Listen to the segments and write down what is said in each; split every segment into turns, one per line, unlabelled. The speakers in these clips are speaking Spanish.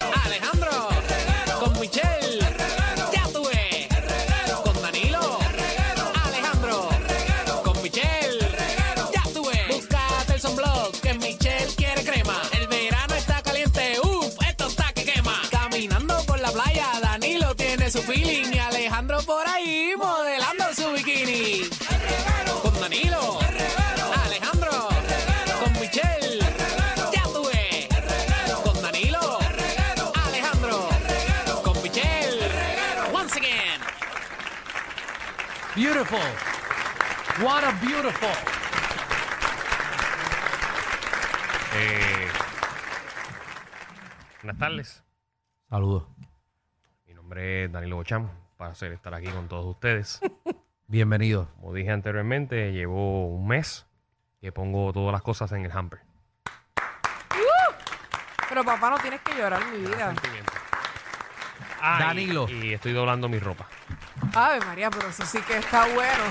Alejandro, con Michelle, ya tuve, con Danilo, Alejandro, con Michelle, ya tuve, búscate el sunblock, que Michelle quiere crema, el verano está caliente, uff, esto está que quema, caminando por la playa, Danilo tiene su feeling, y Alejandro por ahí modelando su bikini, con Danilo, Alejandro, con Michelle, ya tuve, con Danilo, Alejandro, con Michelle, once again.
Beautiful. What a beautiful.
Eh, buenas tardes.
Saludos.
Mi nombre es Danilo Bocham. Para hacer estar aquí con todos ustedes.
Bienvenidos.
Como dije anteriormente, llevo un mes que pongo todas las cosas en el hamper.
Pero papá, no tienes que llorar, mi vida.
Sentimiento. Ah, y-
Danilo.
Y, estoy doblando mi ropa.
Ave María, pero eso sí que está bueno.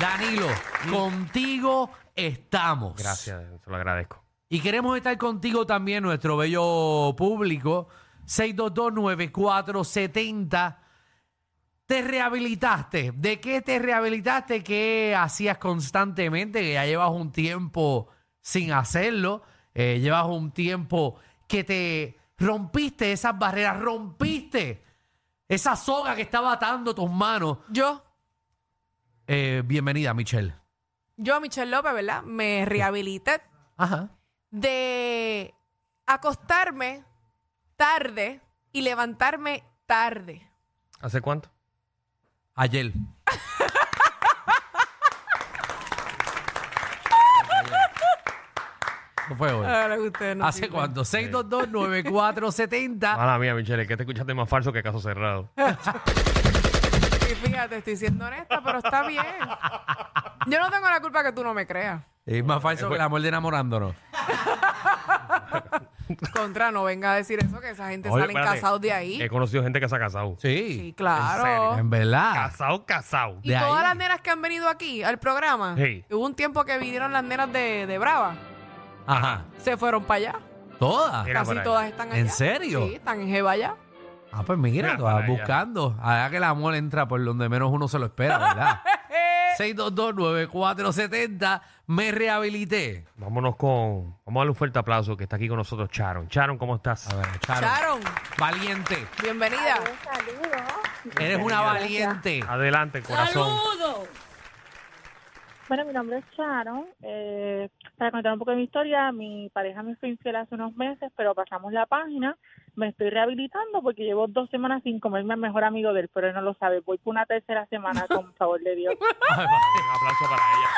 Danilo, contigo estamos.
Gracias, se lo agradezco.
Y queremos estar contigo también, nuestro bello público. 6229470. Te rehabilitaste. ¿De qué te rehabilitaste? ¿Qué hacías constantemente? Que ya llevas un tiempo sin hacerlo. Eh, llevas un tiempo que te rompiste esas barreras, rompiste esa soga que estaba atando tus manos.
Yo,
Eh, bienvenida, Michelle.
yo, Michelle López, ¿verdad? Me rehabilité
Ajá.
de acostarme tarde y levantarme tarde.
¿Hace cuánto?
Ayer. No fue hoy.
Ahora que ustedes no
¿Hace
sirven.
cuánto?
Ah.
6229470.
Mala mía, Michelle, que te escuchaste más falso que caso cerrado.
Y fíjate, estoy siendo honesta, pero está bien. Yo no tengo la culpa que tú no me creas.
Es más falso que el amor de enamorándonos.
Contra, no venga a decir eso, que esa gente
Oye,
salen
espérate,
casados de ahí.
He conocido gente que se ha casado.
Sí,
Sí.
claro.
En verdad.
Casado, casado.
Y
De
todas
ahí.
las nenas que han venido aquí al programa,
Sí.
hubo un tiempo que vinieron las nenas de, de Brava,
Ajá.
se fueron para allá.
Todas.
Mira para
Casi
allá.
todas están allá.
¿En serio?
Sí, están en Jeva allá.
Ah, pues mira,
Mira
todas
para allá.
buscando. Allá que el amor entra por donde menos uno se lo espera, ¿verdad? 6229470. Me rehabilité.
Vámonos con. Vamos a darle un fuerte aplauso que está aquí con nosotros, Charon. Charon, ¿cómo estás?
A ver, Charo.
Sharon,
Valiente.
bienvenida.
Eres una valiente.
Adelante, corazón.
¡Saludos!
Bueno, mi nombre es Sharon. Eh, para contar un poco de mi historia, mi pareja me fue infiel hace unos meses, pero pasamos la página. Me estoy rehabilitando porque llevo dos semanas sin comerme al mejor amigo de él, pero él no lo sabe. Voy por una tercera semana, con favor de Dios.
Un aplauso para ella.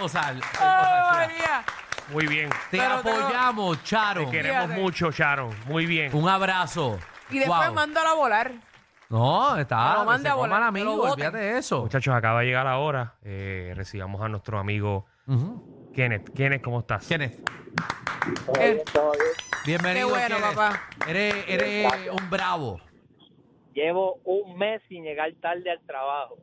O sea, el-
¡Oh, María!
Muy bien.
Te
Pero te lo-
apoyamos, Charo.
Te queremos
Fíjate.
mucho, Sharon. Muy bien.
Un abrazo.
Y después
Wow.
mándala a volar.
No,
Que
está.
lo mande
que se
a
coma
volar,
el
que
amigo,
lo boten.
olvídate de eso.
Muchachos, acaba de llegar la hora. Eh, recibamos a nuestro amigo
Ujú.
Kenneth. Kenneth, ¿cómo estás?
Kenneth,
Eh,
bienvenido.
Qué bueno,
Kenneth.
papá.
Eres, eres un bravo.
Llevo un mes sin llegar tarde al trabajo.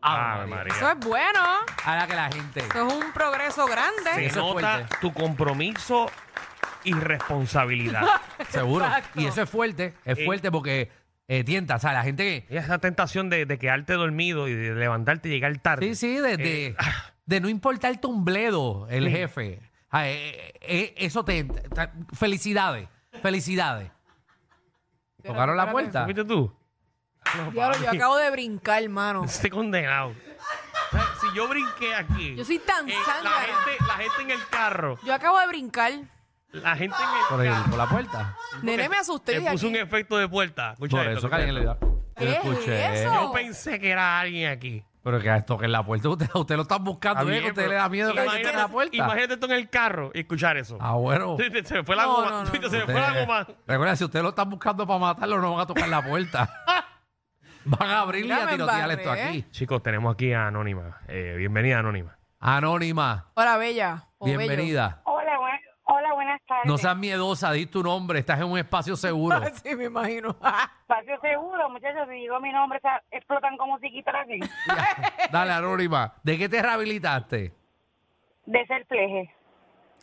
Ah,
Ave Ah, María.
eso es bueno.
Ah, Ahora que la gente.
Eso es un progreso
Se
grande.
Sí. eso es
nota
fuerte.
tu compromiso y responsabilidad.
Seguro.
Exacto.
Y eso es fuerte. Es
Eh.
fuerte porque eh, tienta. O sea, la gente que.
y esa tentación de, de quedarte dormido y de levantarte y llegar tarde.
Sí, sí, de, de,
Eh,
ah.
de no importarte un bledo el
Sí.
jefe. Ah, eh, eh, eso te, te- Felicidades. Felicidades. Tocaron la
Espérate.
puerta.
¿Viste tú? No,
Diablo, yo
papi.
acabo de brincar, hermano.
Estoy condenado. Si yo brinqué aquí.
Yo soy tan
eh, la,
zángana.
gente, la gente en el carro.
Yo acabo de brincar.
La gente en el
Por, el-
carro.
por la puerta.
Nene, me asusté.
Le
dije,
puso un
¿qué?
efecto de puerta. Escucha
Por
esto,
eso
escucha
que alguien le
esto.
da. Yo
¿Qué es
escuché.
eso?
Yo pensé que era alguien aquí.
Pero que toquen la puerta. Usted, usted lo están buscando,
Está
¿eh?
bien,
Que usted
pero
le da miedo que le toquen la
imagínate,
puerta.
imagínate esto en el carro y escuchar eso.
Ah, bueno.
Se me fue la
No,
goma.
no, no,
se me
Usted-
fue la goma.
Recuerda, si usted lo están buscando para matarlo, no van a tocar la puerta. van a abrirle y a
Mira, me
tirotearle esto
embarré, ¿eh?
aquí.
Chicos, tenemos aquí a Anónima. Eh, bienvenida, Anónima.
Anónima,
Hola, Bella. o bello.
bienvenida.
Hola, buen- hola, buenas tardes.
No seas miedosa, di tu nombre, estás en un espacio seguro.
sí, me imagino.
Espacio seguro, muchachos, si digo mi nombre, sa- explotan como psiquiatra aquí.
Dale, Anónima, ¿de qué te rehabilitaste?
De ser pleje.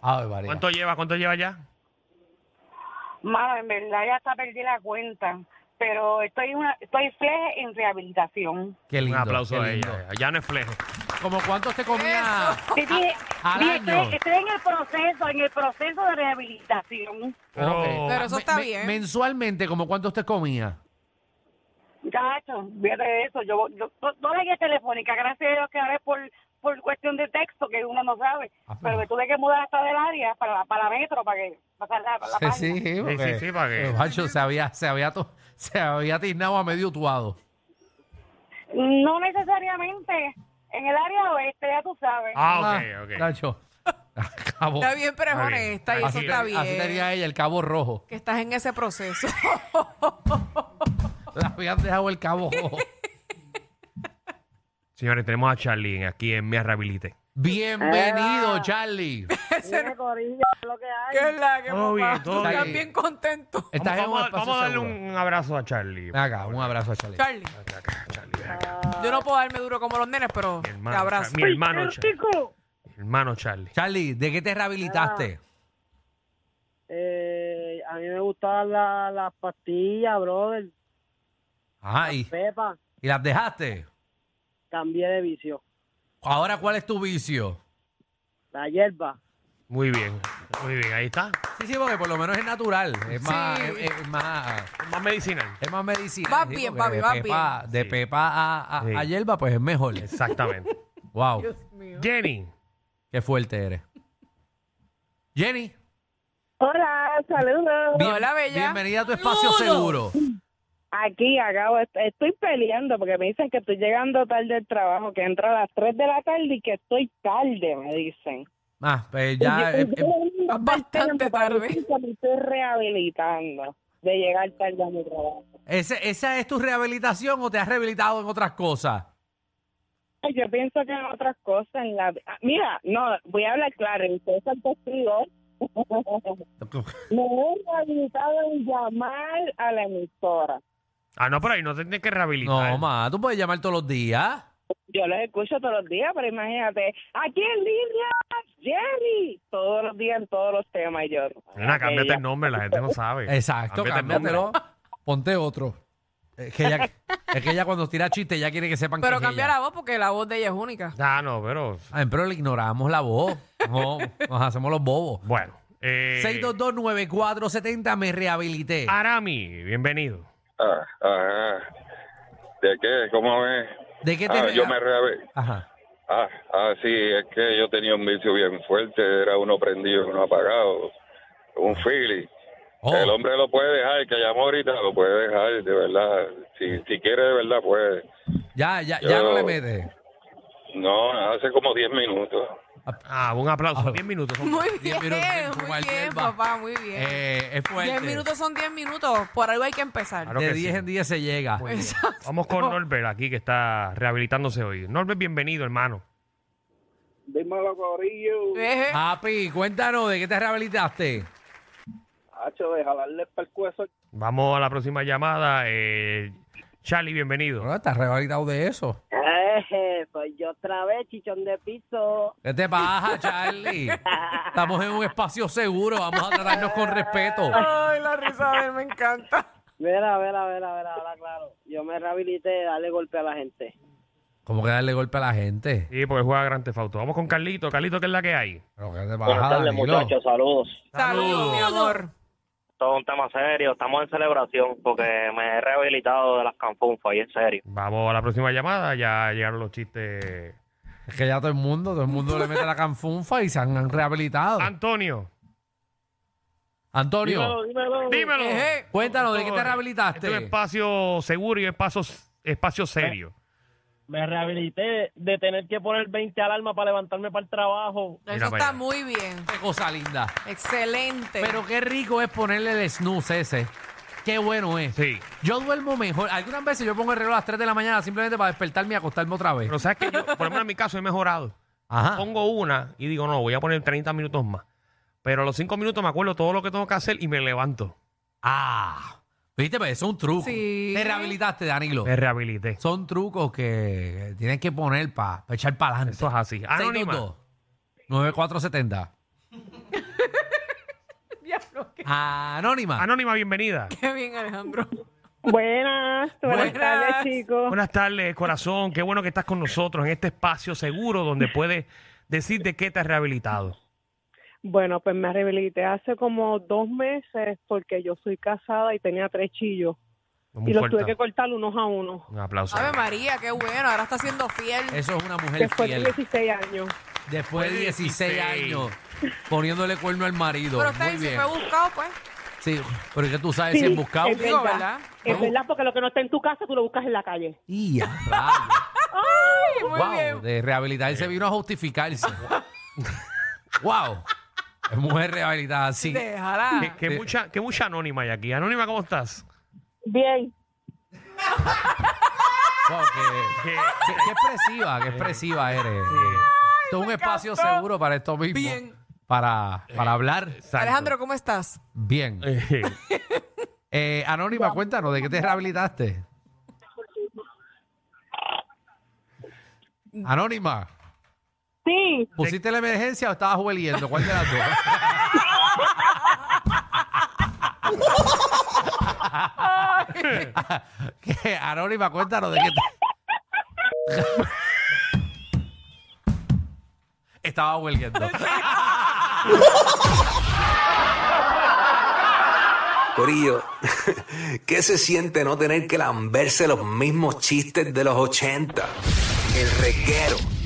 Ay, María.
¿Cuánto lleva? ¿Cuánto lleva ya?
Mano, en verdad ya hasta perdí la cuenta. Pero estoy una, estoy fleje en rehabilitación.
Qué lindo.
Un aplauso
qué
a
lindo.
ella. Ya no es fleje.
¿Como cuántos te comías?
Sí, sí,
al
sí,
año.
estoy, estoy en el proceso, en el proceso de rehabilitación.
Pero-
Ok.
Pero eso
Me-
está
me-
bien.
Mensualmente, ¿como cuántos te comías?
Muchachos, fíjate eso. Yo, yo to- toda la guía telefónica, gracias a Dios que ahora es por, por cuestión de texto, que uno no sabe.
Ah, pero-
Pero me tuve que mudar hasta del área para, para metro, para que pasar la, la página.
Sí, sí, sí, para que-
Eh, macho, se había, se había, to- se había tiznado a medio tuado.
No necesariamente. En el área oeste, ya tú sabes.
Ah, ok, ok.
Nacho. Cabo-
Está bien, pero es
Está bien.
honesta y
Así
eso
te-
está
así tenía
bien.
ella, el cabo rojo.
Que estás en ese proceso.
La habían dejado el cabo rojo.
Señores, tenemos a Charlie aquí en Me Rehabilite.
Ah.
Bienvenido, Charlie.
Mire, corillo, lo que hay.
¿Qué es la que
Todo
papá?
bien, todo
Tú estás
bien.
bien contento.
Estás en un
vamos, a-
espacio
vamos a darle
seguro. Ah.
un abrazo a Charlie.
Ven acá, un abrazo a Charlie.
Charlie,
Ven acá, Charlie, ven acá.
yo no puedo darme duro como los nenes, pero
Mi
te
hermano,
abrazo.
Char- mi hermano,
Qué
Charlie.
rico.
Mi hermano Charlie.
Charlie, ¿de qué te rehabilitaste?
Eh, a mí me gustaban la- las pastillas, brother.
Ajá, y,
Pepa,
y las dejaste.
cambié de vicio.
Ahora, ¿cuál es tu vicio?
La hierba.
Muy bien, muy bien, ahí está.
Sí, sí, porque por lo menos es natural. Es más,
Sí.
es, es más,
Más medicinal.
es más medicina.
Vas
sí,
bien,
porque de
papi, vas
pepa, De
Sí.
pepa a, a-
Sí.
a hierba, pues es mejor.
Exactamente.
Wow,
Jenny.
qué fuerte eres. Jenny,
Hola, saludos.
bien-
Hola, bella.
bienvenida a tu espacio seguro.
Saludos.
Aquí acabo, est- estoy peleando porque me dicen que estoy llegando tarde del trabajo, que entro a las 3 de la tarde y que estoy tarde, me dicen.
Ah, pues ya.
Y yo-
eh, eh,
yo-
estás bastante
parece
tarde.
que Me estoy rehabilitando de llegar tarde a mi trabajo.
¿ese- ¿Esa es tu rehabilitación o te has rehabilitado en otras cosas?
Ay, Yo pienso que en otras cosas. En la... ah, Mira, no, voy a hablar claro, y ustedes son testigos. Me he rehabilitado en llamar a la emisora.
Ah, no, pero ahí no te tienes que rehabilitar.
No, ma, tú puedes llamar todos los días.
Yo los escucho todos los días, pero imagínate, aquí en línea, Jerry, todos los días en todos los temas y yo.
Nena, cámbiate
aquella.
el nombre, la gente no sabe.
Exacto,
Cámbiate el
cámbiatelo.
nombre.
Ponte otro. Es que ella, es que ella cuando tira chiste ya quiere que sepan
Pero
que es
cambia
ella.
la voz porque la voz de ella es única.
Ah, no, pero.
Ay, pero le ignoramos la voz. No, nos hacemos los bobos.
Bueno. Eh,
6229470 me rehabilité.
Arami, bienvenido.
Ah, ah, ah. ¿De qué? ¿Cómo ves?
¿De qué te
Ah,
rea-
yo me rehabil-
Ajá.
ah, ah, sí, es que yo tenía un vicio bien fuerte, era uno prendido, uno apagado, un feeling.
Oh,
El hombre lo puede dejar, el que llamó ahorita lo puede dejar, de verdad. Si, si quiere, de verdad puede.
Oh, ya, ya, ya no
yo-
le metes.
No, hace como 10 minutos.
Ah, un aplauso.
Ah.
10 minutos. son-
Muy
Diez
bien,
minutos en fumar
muy bien,
hierba.
papá, muy bien.
Eh, es fuerte.
Diez minutos son diez minutos, por algo hay que empezar.
Claro
de
que
10
sí.
en 10 se llega.
Muy bien. Vamos con Norbert aquí que está rehabilitándose hoy. Norbert, bienvenido, hermano.
Dímelo, Corillo.
Eh, eh.
Papi, cuéntanos, ¿de qué te rehabilitaste?
Hacho, de jalarle el cueso.
Vamos a la próxima llamada. Eh, Charlie, bienvenido.
Bueno, estás rehabilitado de eso.
Eh,
pues
soy yo otra vez, chichón de piso.
¿Qué te pasa, Charlie? Estamos en un espacio seguro, vamos a tratarnos con respeto.
Ay, la risa de él me encanta.
Verá, verá, verá, verá, habla claro. Yo me rehabilité de darle golpe a la gente.
Como que darle golpe a la gente.
Sí, porque juega Gran Tefauto. Vamos con Carlito. Carlito, ¿qué es la que hay?
Pero ¿qué te
Buenas
pasa,
tardes,
Danilo?
muchachos, saludos.
Saludos, mi amor.
Todo un tema serio, estamos en celebración porque me he rehabilitado de las canfunfas y en serio.
Vamos a la próxima llamada. Ya llegaron los chistes.
Es que ya todo el mundo, todo el mundo le mete la canfunfa y se han, han rehabilitado.
Antonio,
Antonio,
dímelo.
Eh, eh.
cuéntanos, ¿de
Antonio,
qué te
Este es un
rehabilitaste?
espacio seguro y un espacio, espacio serio.
Me rehabilité de tener que poner 20 alarmas para levantarme para el trabajo.
Eso está muy bien.
Qué cosa linda.
Excelente.
Pero qué rico es ponerle el snooze ese. Qué bueno es.
Sí.
Yo duermo mejor. Algunas veces yo pongo el reloj a las 3 de la mañana simplemente para despertarme y acostarme otra vez.
Pero sabes que yo, por lo menos en mi caso, he mejorado.
Ajá.
Pongo una y digo, no, voy a poner 30 minutos más. Pero a los 5 minutos me acuerdo todo lo que tengo que hacer y me levanto.
Ah. Viste, pues eso es un truco.
Sí.
Te rehabilitaste, Danilo.
Me rehabilité.
Son trucos que tienes que poner para echar para adelante.
Eso es así. Anónima.
9470. Anónima.
Anónima, bienvenida.
Qué bien, Alejandro.
Buenas, buenas,
Buenas.
tardes, chicos.
Buenas tardes, corazón. Qué bueno que estás con nosotros en este espacio seguro donde puedes decir de qué te has rehabilitado.
Bueno, pues me rehabilité hace como dos meses porque yo soy casada y tenía tres chillos.
Muy
y los
fuerte.
tuve que cortar unos a uno.
Un aplauso.
Ave María, qué bueno. Ahora está siendo fiel.
Eso es una mujer
Después de
fiel.
16 años.
Después de 16
16.
años poniéndole cuerno al marido.
Pero
Muy
usted si
bien.
fue buscado, pues.
Sí, pero es que tú sabes si
Sí,
es buscado.
es
Digo,
verdad.
¿verdad?
Es
No.
verdad, porque lo que no está en tu casa, tú lo buscas en la calle.
Y a rayos.
Sí, muy
Wow,
bien.
de rehabilitarse vino a justificarse. wow. Es mujer rehabilitada, sí.
Déjala.
Que, que mucha, que mucha anónima hay aquí. Anónima, ¿cómo estás?
Bien.
Wow, que,
Que-
que- que expresiva, que expresiva eres. Esto es un espacio seguro para esto mismo.
Bien.
Para, para hablar.
Alejandro, ¿cómo estás?
Bien.
Eh,
Eh, Anónima, cuéntanos, ¿de qué te rehabilitaste? Anónima,
Sí,
¿pusiste la emergencia o estabas hueliendo? ¿Cuál de las dos? ¿Qué? Anónima, cuéntanos de qué te... Estaba hueliendo.
Corillo, ¿qué se siente no tener que lamberse los mismos chistes de los 80? El reguero